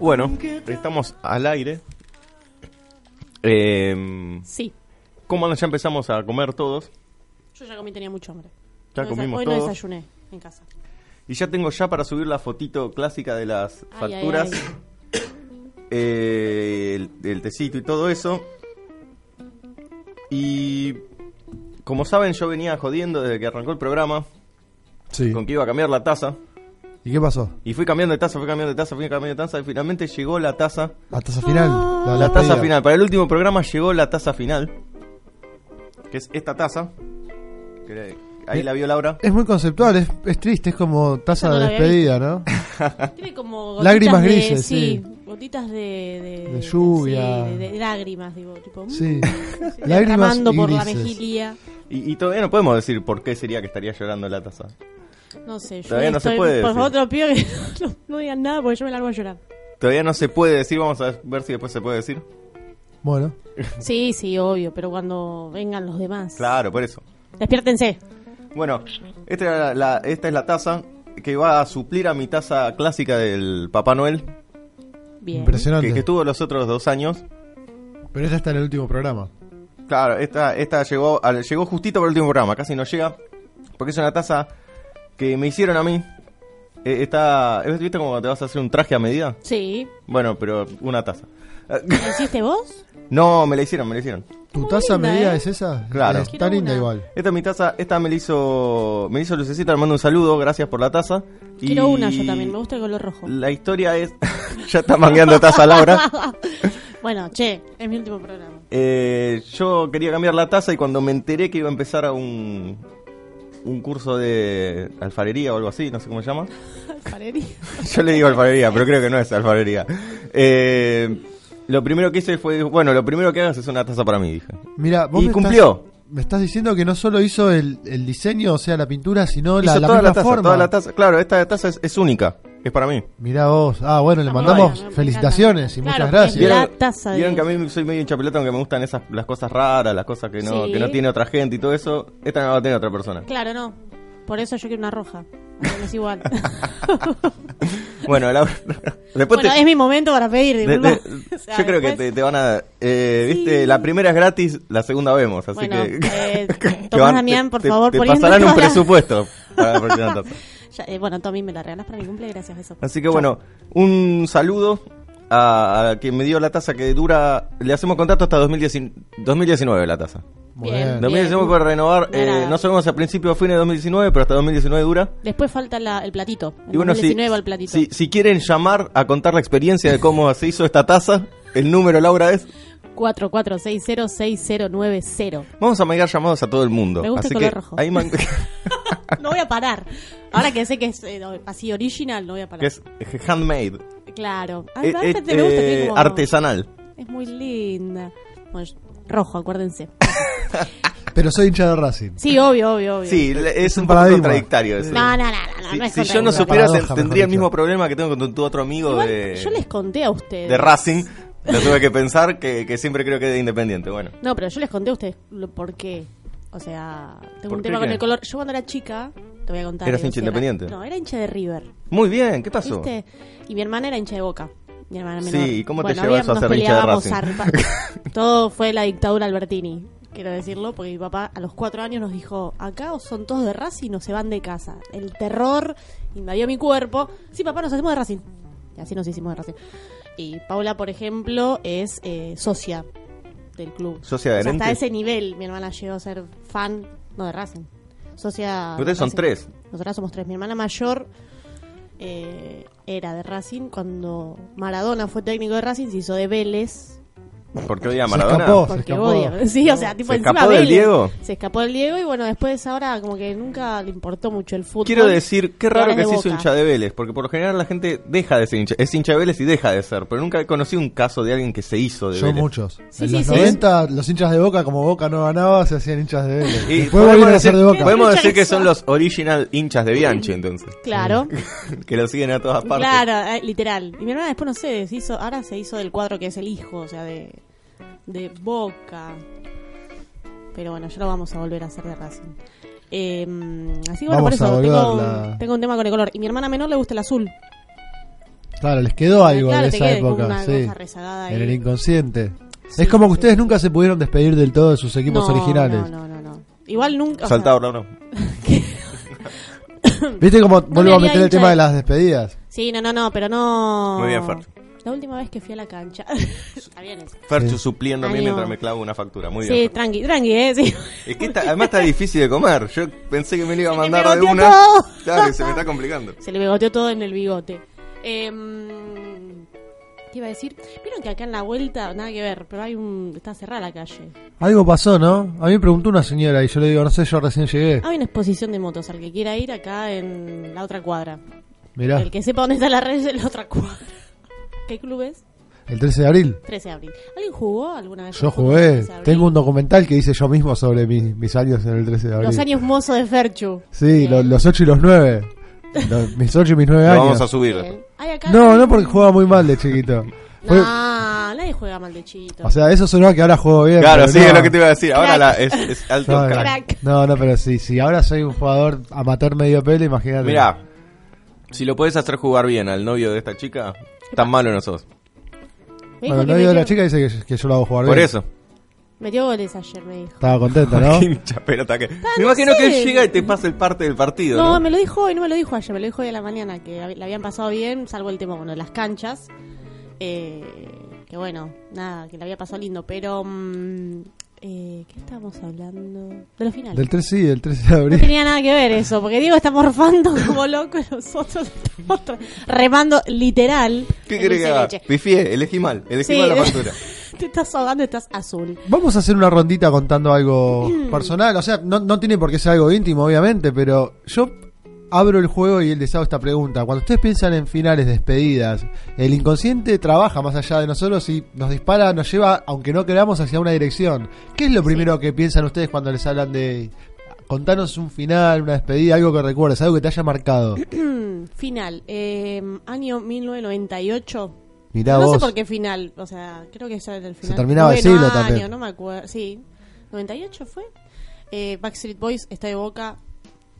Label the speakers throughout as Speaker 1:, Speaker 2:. Speaker 1: Bueno, estamos al aire. Eh,
Speaker 2: Sí.
Speaker 1: ¿Cómo andan? Ya empezamos a comer todos.
Speaker 2: Yo ya comí, tenía mucho hambre.
Speaker 1: Ya
Speaker 2: No desa-
Speaker 1: comimos
Speaker 2: Hoy no
Speaker 1: todos.
Speaker 2: desayuné en casa.
Speaker 1: Y ya tengo ya para subir la fotito clásica de las
Speaker 2: Ay,
Speaker 1: facturas,
Speaker 2: ay, ay.
Speaker 1: eh, el, el tecito y todo eso. Y como saben, yo venía jodiendo desde que arrancó el programa
Speaker 3: Sí.
Speaker 1: con que iba a cambiar la taza.
Speaker 3: ¿Y qué pasó?
Speaker 1: Y fui cambiando de taza, fui cambiando de taza, fui cambiando de taza. Y finalmente llegó la taza.
Speaker 3: La taza final.
Speaker 2: Ah.
Speaker 3: la,
Speaker 1: La taza
Speaker 3: pedida.
Speaker 1: final. Para el último programa llegó la taza final. Que es esta taza. que ahí la vio Laura.
Speaker 3: Es muy conceptual, es, es triste, es como taza
Speaker 2: No
Speaker 3: de
Speaker 2: la había
Speaker 3: despedida, ¿no?
Speaker 2: Tiene como gotitas
Speaker 3: Ah. Lágrimas
Speaker 2: de-
Speaker 3: grises, sí.
Speaker 2: Gotitas de... De,
Speaker 3: De lluvia.
Speaker 2: sí, de, de lágrimas, digo. Tipo,
Speaker 3: Sí.
Speaker 2: mm,
Speaker 3: Lágrimas
Speaker 2: derramando
Speaker 3: y
Speaker 2: por la
Speaker 3: grises.
Speaker 2: mejilla.
Speaker 1: Y, y todavía no podemos decir por qué sería que estaría llorando la taza.
Speaker 2: No sé, yo
Speaker 1: Todavía no se
Speaker 2: estoy-
Speaker 1: puede
Speaker 2: Por
Speaker 1: decir.
Speaker 2: favor, te lo pido que no, no digan nada porque yo me largo a llorar.
Speaker 1: Todavía no se puede decir, vamos a ver si después se puede decir.
Speaker 3: Bueno,
Speaker 2: Sí, sí, obvio, pero cuando vengan los demás.
Speaker 1: Claro, por eso.
Speaker 2: Despiértense.
Speaker 1: Bueno, esta, era la, la- esta es la taza que va a suplir a mi taza clásica del Papá Noel,
Speaker 2: Bien.
Speaker 3: impresionante.
Speaker 1: que, que estuvo los otros dos años.
Speaker 3: Pero esta está en el último programa.
Speaker 1: Claro, esta, esta llegó, al- llegó justito para el último programa, casi no llega, porque es una taza que me hicieron a mí. Eh, está, ¿Viste cómo te vas a hacer un traje a medida?
Speaker 2: Sí.
Speaker 1: Bueno, pero una taza.
Speaker 2: ¿Lo hiciste vos?
Speaker 1: No, me la hicieron, me la hicieron.
Speaker 3: ¿Tu
Speaker 2: Muy
Speaker 3: taza
Speaker 2: linda,
Speaker 3: medida
Speaker 2: ¿eh?
Speaker 3: es esa?
Speaker 1: Claro.
Speaker 3: Está
Speaker 2: Quiero
Speaker 3: linda
Speaker 2: una.
Speaker 3: igual.
Speaker 1: Esta es mi taza, esta me la hizo, me la hizo Lucecita, le mando un saludo, gracias por la taza. Y
Speaker 2: Quiero una yo también, me gusta el color rojo.
Speaker 1: La historia es, ya está mangueando taza Laura.
Speaker 2: bueno, che, es mi último programa.
Speaker 1: Eh, yo quería cambiar la taza y cuando me enteré que iba a empezar a un, un curso de alfarería o algo así, no sé cómo se llama.
Speaker 2: Alfarería.
Speaker 1: Yo le digo alfarería, pero creo que no es alfarería. Eh, lo primero que hice fue, bueno, lo primero que hagas es una taza para mí, dije.
Speaker 3: Mira, vos
Speaker 1: Y
Speaker 3: me
Speaker 1: cumplió.
Speaker 3: Estás, me estás diciendo que no solo hizo el, el diseño, o sea, la pintura, sino la,
Speaker 1: Hizo
Speaker 3: la
Speaker 1: toda
Speaker 3: misma
Speaker 1: la taza,
Speaker 3: forma.
Speaker 1: toda la taza. Claro, esta taza es, es única, es para mí.
Speaker 3: Mirá vos. Ah, bueno, le
Speaker 2: Ah,
Speaker 3: mandamos
Speaker 2: bueno, me
Speaker 3: felicitaciones
Speaker 2: encanta.
Speaker 3: y muchas
Speaker 2: Claro,
Speaker 3: gracias.
Speaker 2: bien. La taza de-
Speaker 1: vieron que a mí soy medio hinchapelota aunque me gustan esas las cosas raras, las cosas que no,
Speaker 2: Sí.
Speaker 1: que no tiene otra gente y todo eso. Esta no la va a tener otra persona.
Speaker 2: Claro, no. Por eso yo quiero una roja. Porque no es igual.
Speaker 1: Bueno, Laura, después
Speaker 2: bueno,
Speaker 1: te-
Speaker 2: es mi momento para pedir,
Speaker 1: de-
Speaker 2: disculpa.
Speaker 1: de-
Speaker 2: O sea,
Speaker 1: yo creo que
Speaker 2: después-
Speaker 1: te, te van a... eh,
Speaker 2: Sí.
Speaker 1: Viste, la primera es gratis, la segunda vemos, así
Speaker 2: Bueno,
Speaker 1: que...
Speaker 2: eh,
Speaker 1: que
Speaker 2: Tomás
Speaker 1: van-
Speaker 2: Damián, por
Speaker 1: te-
Speaker 2: favor,
Speaker 1: Te
Speaker 2: poniendo
Speaker 1: pasarán un
Speaker 2: todas las-
Speaker 1: presupuesto para la próxima etapa.
Speaker 2: Ya, eh, bueno, Tommy, me la regalas para mi cumple, gracias a eso.
Speaker 1: Así que bueno, un saludo a, a quien me dio la taza que dura... Le hacemos contrato hasta 2019, 2019 la taza.
Speaker 3: Muy
Speaker 2: Bien.
Speaker 3: bien.
Speaker 1: 2019 para renovar,
Speaker 2: Me
Speaker 1: eh,
Speaker 2: agrada.
Speaker 1: no sabemos a principio o fines de 2019, pero hasta 2019 dura.
Speaker 2: Después falta la- el platito. El
Speaker 1: Y bueno, si,
Speaker 2: 2019 va el platito.
Speaker 1: si, si quieren llamar a contar la experiencia de cómo se hizo esta taza, el número, Laura, es...
Speaker 2: 44606090.
Speaker 1: Vamos a mandar llamados a todo el mundo.
Speaker 2: Me gusta
Speaker 1: así
Speaker 2: el color
Speaker 1: que
Speaker 2: rojo.
Speaker 1: ahí man-
Speaker 2: No voy a parar. Ahora que sé que es eh, no, así original, no voy a parar.
Speaker 1: que es handmade,
Speaker 2: Claro.
Speaker 1: Eh,
Speaker 2: Ay,
Speaker 1: eh,
Speaker 2: bastante Ah, me gusta, tiene
Speaker 1: eh,
Speaker 2: como-
Speaker 1: artesanal.
Speaker 2: Es muy linda. Bueno, yo- rojo, acuérdense.
Speaker 3: Pero soy hincha de Racing.
Speaker 2: Sí, obvio, obvio, obvio.
Speaker 1: Sí, le- es
Speaker 3: un
Speaker 1: un poco
Speaker 3: paradigma.
Speaker 1: contradictario eso.
Speaker 2: No, no, no, no, no,
Speaker 1: si
Speaker 2: no es
Speaker 1: si yo no
Speaker 2: contradictorio.
Speaker 1: supiera,
Speaker 3: Paradoja,
Speaker 1: ten-
Speaker 3: mejor
Speaker 1: tendría el
Speaker 3: dicho.
Speaker 1: mismo problema que tengo con tu, tu otro amigo
Speaker 2: Igual,
Speaker 1: de,
Speaker 2: Yo les conté a ustedes.
Speaker 1: de Racing. Lo tuve que pensar que, que siempre creo que es de independiente. Bueno,
Speaker 2: No, pero yo les conté a ustedes lo- por qué. O sea, tengo
Speaker 1: ¿Por
Speaker 2: un
Speaker 1: qué
Speaker 2: tema
Speaker 1: qué?
Speaker 2: con el color. Yo cuando era chica, te voy a contar.
Speaker 1: ¿Eras
Speaker 2: digo,
Speaker 1: hincha
Speaker 2: si era-
Speaker 1: independiente?
Speaker 2: No, era hincha de River.
Speaker 1: muy bien, ¿qué pasó?
Speaker 2: ¿Viste? Y mi hermana era hincha de Boca. Mi hermana
Speaker 1: Sí,
Speaker 2: menor.
Speaker 1: ¿y cómo te
Speaker 2: Bueno,
Speaker 1: llevó eso a
Speaker 2: nos
Speaker 1: ser hincha de
Speaker 2: peleábamos
Speaker 1: Racing?
Speaker 2: a ripa- Todo fue la dictadura Albertini. Quiero decirlo, porque mi papá a los cuatro años nos dijo, acá o son todos de Racing o se van de casa. El terror invadió mi cuerpo. Sí, papá, nos hacemos de Racing. Y así nos hicimos de Racing. Y Paula, por ejemplo, es eh, socia del club.
Speaker 1: Socia
Speaker 2: O sea,
Speaker 1: adherente.
Speaker 2: hasta ese nivel mi hermana llegó a ser fan, no de Racing. Socia...
Speaker 1: Ustedes son
Speaker 2: Racing.
Speaker 1: tres.
Speaker 2: Nosotras somos tres. Mi hermana mayor eh, era de Racing cuando Maradona fue técnico de Racing, se hizo de Vélez
Speaker 1: Porque odia a
Speaker 3: Oh, Se
Speaker 1: Maradona.
Speaker 3: escapó.
Speaker 2: Porque
Speaker 3: escapó.
Speaker 2: odia. Sí, o sea, tipo
Speaker 1: Se
Speaker 2: encima
Speaker 1: escapó del
Speaker 2: Vélez.
Speaker 1: Diego.
Speaker 2: Se escapó del Diego y bueno, después ahora como que nunca le importó mucho el fútbol.
Speaker 1: Quiero decir, qué
Speaker 2: Y ahora
Speaker 1: raro
Speaker 2: es
Speaker 1: que
Speaker 2: de
Speaker 1: se hizo
Speaker 2: Boca.
Speaker 1: hincha de Vélez, porque por lo general la gente deja de ser hincha. Es hincha de Vélez y deja de ser, pero nunca he conocido un caso de alguien que se hizo de
Speaker 3: Yo
Speaker 1: Vélez.
Speaker 3: muchos.
Speaker 2: Sí,
Speaker 3: en
Speaker 2: sí,
Speaker 3: los
Speaker 2: sí.
Speaker 3: 90, los hinchas de Boca, como Boca no ganaba, se hacían hinchas de Vélez.
Speaker 1: Y
Speaker 3: Después volvieron a ser de Boca.
Speaker 1: podemos
Speaker 2: Mucha
Speaker 1: decir que
Speaker 2: razón.
Speaker 1: son los original hinchas de Bianchi, entonces.
Speaker 2: Claro,
Speaker 1: que lo siguen a todas partes.
Speaker 2: claro, eh, literal. Y mi hermana después no sé, se hizo, ahora se hizo del cuadro que es el hijo, o sea, de, de Boca. Pero bueno, ya lo vamos a volver a hacer de Racing. Eh, así que bueno,
Speaker 3: Vamos
Speaker 2: por
Speaker 3: a
Speaker 2: eso
Speaker 3: volver
Speaker 2: tengo, un-
Speaker 3: la-
Speaker 2: tengo un tema con el color. Y mi hermana menor le gusta el azul.
Speaker 3: Claro, les quedó algo
Speaker 2: Claro,
Speaker 3: de
Speaker 2: te
Speaker 3: esa
Speaker 2: queda como
Speaker 3: época.
Speaker 2: una
Speaker 3: sí.
Speaker 2: cosa rezagada ahí.
Speaker 3: en el inconsciente.
Speaker 2: Sí,
Speaker 3: es como que
Speaker 2: sí,
Speaker 3: ustedes
Speaker 2: sí.
Speaker 3: nunca se pudieron despedir del todo de sus equipos
Speaker 2: No,
Speaker 3: originales.
Speaker 2: No, no, no, no. Igual nunca. o sea,
Speaker 1: Saltado, no, no.
Speaker 3: ¿Viste cómo
Speaker 2: me
Speaker 3: vuelvo a
Speaker 2: haría
Speaker 3: meter el
Speaker 2: hincha
Speaker 3: tema
Speaker 2: de-
Speaker 3: de las despedidas?
Speaker 2: Sí, no, no, no, pero no.
Speaker 1: Muy bien, Fer.
Speaker 2: La última vez que fui a la cancha. Está bien eso.
Speaker 1: Ferchu
Speaker 3: Sí.
Speaker 1: supliendo a mí
Speaker 2: Año.
Speaker 1: mientras me clavo una factura. Muy
Speaker 2: Sí,
Speaker 1: bien. Ferchu.
Speaker 2: tranqui, tranqui, eh. Sí.
Speaker 1: Es que está- además está difícil de comer. Yo pensé que me lo iba a
Speaker 2: Se me
Speaker 1: mandar de
Speaker 2: pegoteó
Speaker 1: una.
Speaker 2: todo.
Speaker 1: Claro, se me está complicando.
Speaker 2: Se le pegoteó todo en el bigote. Em, ¿Qué iba a decir? Vieron que acá en la vuelta, nada que ver, pero hay un. Está cerrada la calle.
Speaker 3: Algo pasó, ¿no? A mí me preguntó una señora y yo le digo, no sé, yo recién llegué.
Speaker 2: Hay una exposición de motos al que quiera ir acá en la otra cuadra.
Speaker 3: Mirá,
Speaker 2: El que sepa dónde está la red es en la otra cuadra. ¿Qué club es?
Speaker 3: el 13 de abril.
Speaker 2: 13 de abril. ¿Alguien jugó alguna vez?
Speaker 3: Yo
Speaker 2: al fútbol el
Speaker 3: jugué.
Speaker 2: 13 de abril?
Speaker 3: Tengo un documental que hice yo mismo sobre mi- mis años en el 13 de abril.
Speaker 2: Los años mozos de Ferchu.
Speaker 3: Sí, lo- los 8 y los 9. mis 8 y mis 9
Speaker 1: Lo
Speaker 3: años.
Speaker 1: vamos a subir.
Speaker 2: Bien. Ay, ¿Eh? acá-
Speaker 3: No, no porque jugaba muy mal de chiquito. Fue-
Speaker 2: Nah, nadie juega mal de chito.
Speaker 3: o sea, eso sonó a que ahora juego bien.
Speaker 1: Claro,
Speaker 3: pero
Speaker 1: sí,
Speaker 3: no.
Speaker 1: es lo que te iba a decir. Ahora
Speaker 2: Crack.
Speaker 1: la- es, es alto
Speaker 3: No, no.
Speaker 1: crack.
Speaker 3: No, no, pero sí, sí. Ahora soy un jugador amateur medio pelo, imagínate.
Speaker 1: Mirá, si lo podés hacer jugar bien al novio de esta chica, tan malo no sos.
Speaker 2: me
Speaker 3: Bueno,
Speaker 2: dijo
Speaker 3: el
Speaker 2: que
Speaker 3: novio
Speaker 2: metió,
Speaker 3: de la chica dice que, que yo lo hago jugar
Speaker 1: Por
Speaker 3: bien.
Speaker 1: eso.
Speaker 2: metió goles ayer, me dijo.
Speaker 3: Estaba contento, ¿no?
Speaker 1: Hincha pelota que. Me
Speaker 2: Ah, no
Speaker 1: imagino que
Speaker 2: sé.
Speaker 1: llega y te pasa el parte del partido.
Speaker 2: No,
Speaker 1: No,
Speaker 2: me lo dijo hoy, no me lo dijo ayer, me lo dijo hoy a la mañana, que hab- la habían pasado bien, salvo el tema, bueno, de las canchas. Eh, que bueno, nada, que la había pasado lindo, pero... mm, eh, ¿Qué estábamos hablando? De los finales.
Speaker 3: Del 13, sí, del 13 de
Speaker 2: No
Speaker 3: abril.
Speaker 2: tenía nada que ver eso, porque Diego está morfando como loco y nosotros estamos tra- remando literal.
Speaker 1: ¿Qué querés
Speaker 2: en
Speaker 1: que
Speaker 2: dulce de
Speaker 1: haga?
Speaker 2: leche.
Speaker 1: Pifié, elegí mal. Elegí
Speaker 2: Sí.
Speaker 1: mal la factura.
Speaker 2: Te estás ahogando, estás azul.
Speaker 3: Vamos a hacer una rondita contando algo personal. O sea, no, no tiene por qué ser algo íntimo, obviamente, pero yo abro el juego y les hago esta pregunta. Cuando ustedes piensan en finales, despedidas, el inconsciente trabaja más allá de nosotros y nos dispara, nos lleva, aunque no queramos, hacia una dirección. ¿Qué es lo primero que piensan ustedes cuando les hablan de... Contanos un final, una despedida, algo que recuerdes, algo que te haya marcado.
Speaker 2: Final, eh, año 1998.
Speaker 3: Mirá
Speaker 2: no
Speaker 3: vos.
Speaker 2: sé por qué final, o sea, creo que ya era el final.
Speaker 3: terminaba el
Speaker 2: Noveno
Speaker 3: siglo
Speaker 2: año,
Speaker 3: también.
Speaker 2: No me acuerdo, sí. ¿98 fue? Eh, Backstreet Boys, está de boca.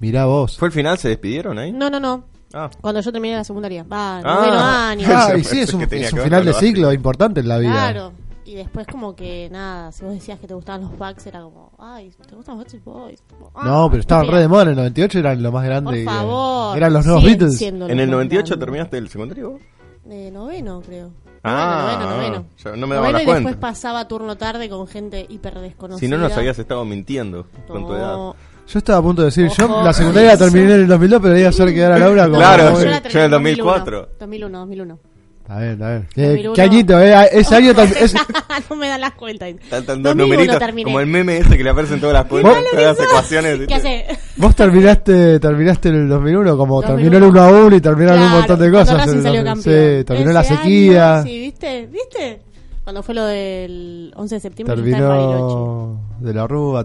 Speaker 3: Mirá vos.
Speaker 1: ¿Fue el final? ¿Se despidieron ahí?
Speaker 2: No, no, no.
Speaker 1: Ah.
Speaker 2: Cuando yo terminé la secundaria. Va,
Speaker 1: Ah.
Speaker 2: noveno año.
Speaker 1: Ah,
Speaker 3: Ah, y
Speaker 1: Yo
Speaker 3: sí, es
Speaker 1: pensé
Speaker 3: un,
Speaker 1: que tenía
Speaker 3: es un
Speaker 1: que ver
Speaker 3: final
Speaker 1: con
Speaker 3: de
Speaker 1: lo
Speaker 3: ciclo importante en la vida.
Speaker 2: Claro. Y después como que nada, si vos decías que te gustaban los Bucks era como, ay, ¿te gustan los Backstreet Boys? Como, ah,
Speaker 3: No, pero estaban
Speaker 2: mira,
Speaker 3: re de moda en el 98, eran lo más grande.
Speaker 2: Por
Speaker 3: que-
Speaker 2: favor.
Speaker 3: Eran los nuevos
Speaker 2: siguen
Speaker 3: Beatles.
Speaker 2: siendo los
Speaker 1: ¿En el
Speaker 2: más
Speaker 1: 98
Speaker 2: grandes.
Speaker 1: terminaste el secundario vos?
Speaker 2: De noveno, creo.
Speaker 1: Ah,
Speaker 2: noveno, noveno, noveno.
Speaker 1: yo no me daba
Speaker 2: Noveno
Speaker 1: la
Speaker 2: y
Speaker 1: cuenta.
Speaker 2: después pasaba turno tarde con gente hiper desconocida.
Speaker 1: Si no, nos habías estado mintiendo con tu edad.
Speaker 2: No.
Speaker 3: Yo estaba a punto de decir, yo
Speaker 2: Ojo.
Speaker 3: la secundaria la terminé en el 2002, pero le iba a hacer quedar a Laura como...
Speaker 1: Claro,
Speaker 3: Está
Speaker 1: sí.
Speaker 3: bien,
Speaker 2: la
Speaker 1: yo en el
Speaker 2: terminé
Speaker 1: 2004.
Speaker 2: 2001, 2001.
Speaker 3: está bien. Qué-
Speaker 2: 2001.
Speaker 3: Qué añito, eh. Ese año también... es-
Speaker 2: no me dan las cuentas.
Speaker 1: Están dando
Speaker 2: 2001
Speaker 1: numeritos.
Speaker 2: terminé.
Speaker 1: Como el meme ese que le aparecen todas las cuentas,
Speaker 3: Mirá lo
Speaker 1: todas las ecuaciones.
Speaker 2: ¿Qué
Speaker 1: ¿viste?
Speaker 2: hace?
Speaker 3: Vos terminaste, terminaste en el 2001 como
Speaker 2: 2001.
Speaker 3: terminó el 1 a 1 y terminaron un
Speaker 2: Claro,
Speaker 3: montón de
Speaker 2: cuando
Speaker 3: cosas.
Speaker 2: Racing
Speaker 3: en el
Speaker 2: salió
Speaker 3: 2000.
Speaker 2: campeón.
Speaker 3: sí, terminó
Speaker 2: Ese
Speaker 3: la
Speaker 2: año,
Speaker 3: sequía,
Speaker 2: sí, ¿viste? ¿Viste? Cuando fue lo del 11 de septiembre que estaba en Bariloche.
Speaker 3: terminó de la Rúa,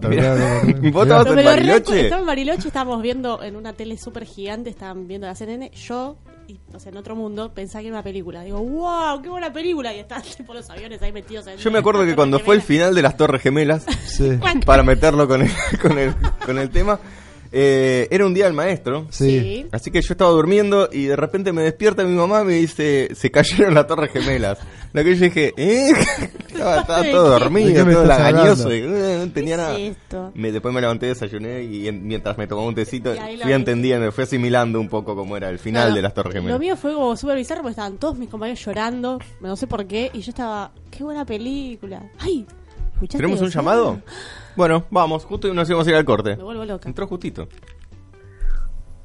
Speaker 3: terminó...
Speaker 1: Vos estabas
Speaker 2: No,
Speaker 1: en
Speaker 2: me lo
Speaker 1: Bariloche?
Speaker 2: recu- Estaba en Bariloche, estábamos viendo en una tele súper gigante, estaban viendo la CNN. Yo, y, o sea, en otro mundo, pensaba que era una película. Digo, wow, qué buena película. Y estaban por los aviones ahí metidos. en-
Speaker 1: Yo me acuerdo que cuando fue el final de las Torres Gemelas,
Speaker 3: Sí,
Speaker 1: para meterlo con el, con el, con el tema, eh, era un día del maestro.
Speaker 3: sí.
Speaker 1: Así que yo estaba durmiendo y de repente me despierta mi mamá y me dice, se cayeron las Torres Gemelas. Lo que yo dije, ¿eh? estaba, estaba todo
Speaker 3: ¿De qué
Speaker 1: dormido,
Speaker 3: me
Speaker 1: todo
Speaker 3: estás
Speaker 1: lagañoso,
Speaker 3: hablando?
Speaker 1: y, eh, no tenía nada.
Speaker 2: es esto?
Speaker 1: Me- después me levanté, desayuné y en- mientras me tomaba un tecito,
Speaker 2: Y ahí lo
Speaker 1: fui
Speaker 2: vi.
Speaker 1: entendiendo, fui asimilando un poco cómo era el final
Speaker 2: Claro,
Speaker 1: de las Torres Gemelas.
Speaker 2: Lo mío fue como súper bizarro porque estaban todos mis compañeros llorando, no sé por qué, y yo estaba, qué buena película. ¡Ay! ¿escuchaste
Speaker 1: ¿Tenemos un
Speaker 2: Godzilla?
Speaker 1: llamado? Bueno, vamos, justo nos íbamos a ir al corte.
Speaker 2: Me vuelvo loca.
Speaker 1: Entró justito.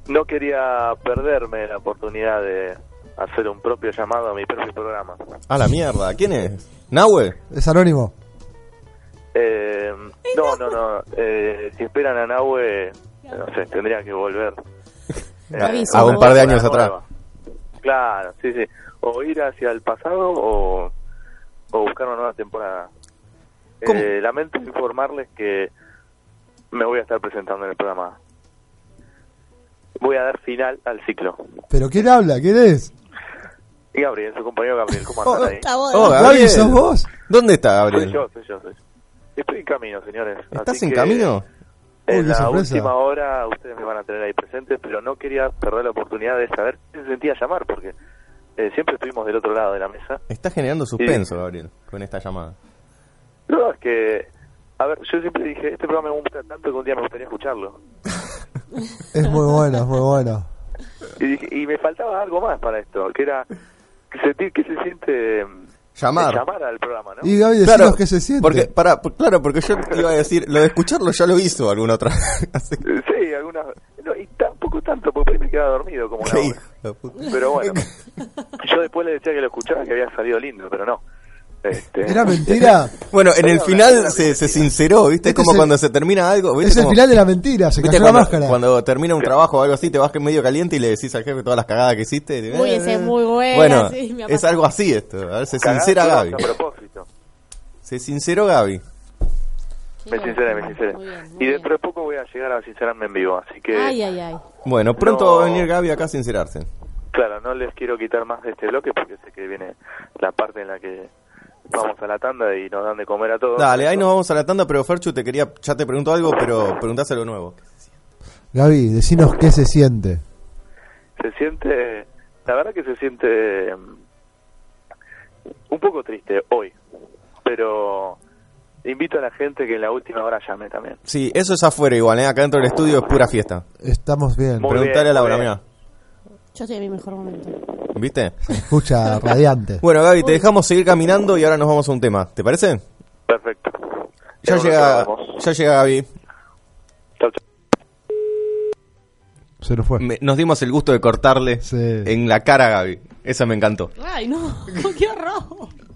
Speaker 4: no quería perderme la oportunidad de, hacer un propio llamado a mi propio programa.
Speaker 1: A la mierda, ¿quién es? ¿Nahue?
Speaker 3: Es anónimo.
Speaker 4: Eh, no, no, no. eh, si esperan a Nahue, no sé, tendría que volver. Eh,
Speaker 2: Aviso.
Speaker 1: Hago un par de años
Speaker 4: Nueva.
Speaker 1: atrás.
Speaker 4: Claro, sí, sí. O ir hacia el pasado o, o buscar una nueva temporada.
Speaker 1: ¿Cómo?
Speaker 4: Eh, lamento informarles que me voy a estar presentando en el programa. Voy a dar final al ciclo.
Speaker 3: ¿Pero quién habla? ¿Quién es?
Speaker 4: Y Gabriel, su compañero Gabriel, ¿cómo andan ahí?
Speaker 2: Está bueno.
Speaker 1: Oh, Gabriel.
Speaker 3: Gaby, ¿sos vos?
Speaker 1: ¿Dónde está
Speaker 4: Soy
Speaker 1: Gabriel?
Speaker 4: yo, soy yo, soy yo. Estoy en camino, señores.
Speaker 1: ¿Estás
Speaker 4: Así
Speaker 1: en
Speaker 4: que
Speaker 1: camino?
Speaker 3: Uy,
Speaker 4: En
Speaker 3: qué
Speaker 4: la
Speaker 3: sorpresa.
Speaker 4: última hora ustedes me van a tener ahí presentes, pero no quería perder la oportunidad de saber qué se sentía llamar, porque eh, siempre estuvimos del otro lado de la mesa.
Speaker 1: Estás generando suspenso, Gabriel, con esta llamada.
Speaker 4: No, es que, a ver, yo siempre dije, este programa me gusta tanto que un día me gustaría escucharlo.
Speaker 3: Es muy bueno, es muy bueno.
Speaker 4: Y, dije- y me faltaba algo más para esto, que era sentir que se siente mm,
Speaker 1: Llamar.
Speaker 4: llamar al programa, ¿no?
Speaker 3: Y Gaby, decinos qué se siente.
Speaker 1: Porque, para, claro, porque yo te iba a decir, lo de escucharlo ya lo hizo alguna otra vez. Así que,
Speaker 4: Eh, Sí, algunas... No, y tampoco tanto, porque por ahí me quedaba dormido como una
Speaker 1: qué
Speaker 4: hora.
Speaker 1: hijo de puta.
Speaker 4: Pero bueno, yo después le decía que lo escuchaba, que había salido lindo, pero no. Este,
Speaker 3: ¿Era mentira?
Speaker 1: Bueno, en el final se, se sinceró, ¿viste? Es
Speaker 3: Este
Speaker 1: como
Speaker 3: es el-
Speaker 1: cuando se termina algo. ¿viste?
Speaker 3: Es el
Speaker 1: Como-
Speaker 3: final de la mentira, se
Speaker 1: ¿Viste
Speaker 3: cayó la
Speaker 1: cuando,
Speaker 3: máscara.
Speaker 1: cuando termina un trabajo o algo así, te vas medio caliente y le decís al jefe todas las cagadas que hiciste? y-
Speaker 2: Uy, ese es muy bueno,
Speaker 1: Bueno,
Speaker 2: sí, me ha
Speaker 1: es
Speaker 2: pasado.
Speaker 1: algo así esto. A ver, se
Speaker 4: cagada,
Speaker 1: sincera
Speaker 4: pero
Speaker 1: Gaby.
Speaker 4: A propósito.
Speaker 1: Se sinceró Gaby.
Speaker 4: Me sinceré, me sinceré.
Speaker 2: Muy bien, muy
Speaker 4: Y dentro
Speaker 2: bien.
Speaker 4: de poco voy a llegar a sincerarme en vivo, así que...
Speaker 2: Ay, ay, ay.
Speaker 1: Bueno, pronto
Speaker 4: No.
Speaker 1: va a venir Gaby acá a sincerarse.
Speaker 4: Claro, no les quiero quitar más de este bloque porque sé que viene la parte en la que vamos a la tanda y nos dan de comer a todos.
Speaker 1: Dale, ahí nos vamos a la tanda, pero Ferchu te quería, ya te pregunto algo, pero preguntáselo de nuevo.
Speaker 3: Gaby, decinos qué se siente.
Speaker 4: Se siente, la verdad que se siente mm, un poco triste hoy, pero invito a la gente que en la última hora llame también.
Speaker 1: Sí, eso es afuera igual, ¿eh? acá dentro del estudio es pura fiesta.
Speaker 3: Estamos bien.
Speaker 4: Muy
Speaker 1: Preguntale
Speaker 4: bien,
Speaker 1: a Laura,
Speaker 4: muy
Speaker 1: mira.
Speaker 2: Yo estoy en mi mejor momento.
Speaker 1: ¿Viste?
Speaker 3: Escucha, radiante.
Speaker 1: Bueno, Gaby, te dejamos seguir caminando y ahora nos vamos a un tema. ¿Te parece?
Speaker 4: Perfecto.
Speaker 1: Ya
Speaker 4: Nos
Speaker 1: llega,
Speaker 4: vemos.
Speaker 1: ya llega Gaby.
Speaker 4: Chau, chau.
Speaker 3: Se nos fue.
Speaker 1: Me- nos dimos el gusto de cortarle
Speaker 3: Sí.
Speaker 1: en la cara a Gaby. Esa me encantó.
Speaker 2: Ay, no. ¡Qué horror!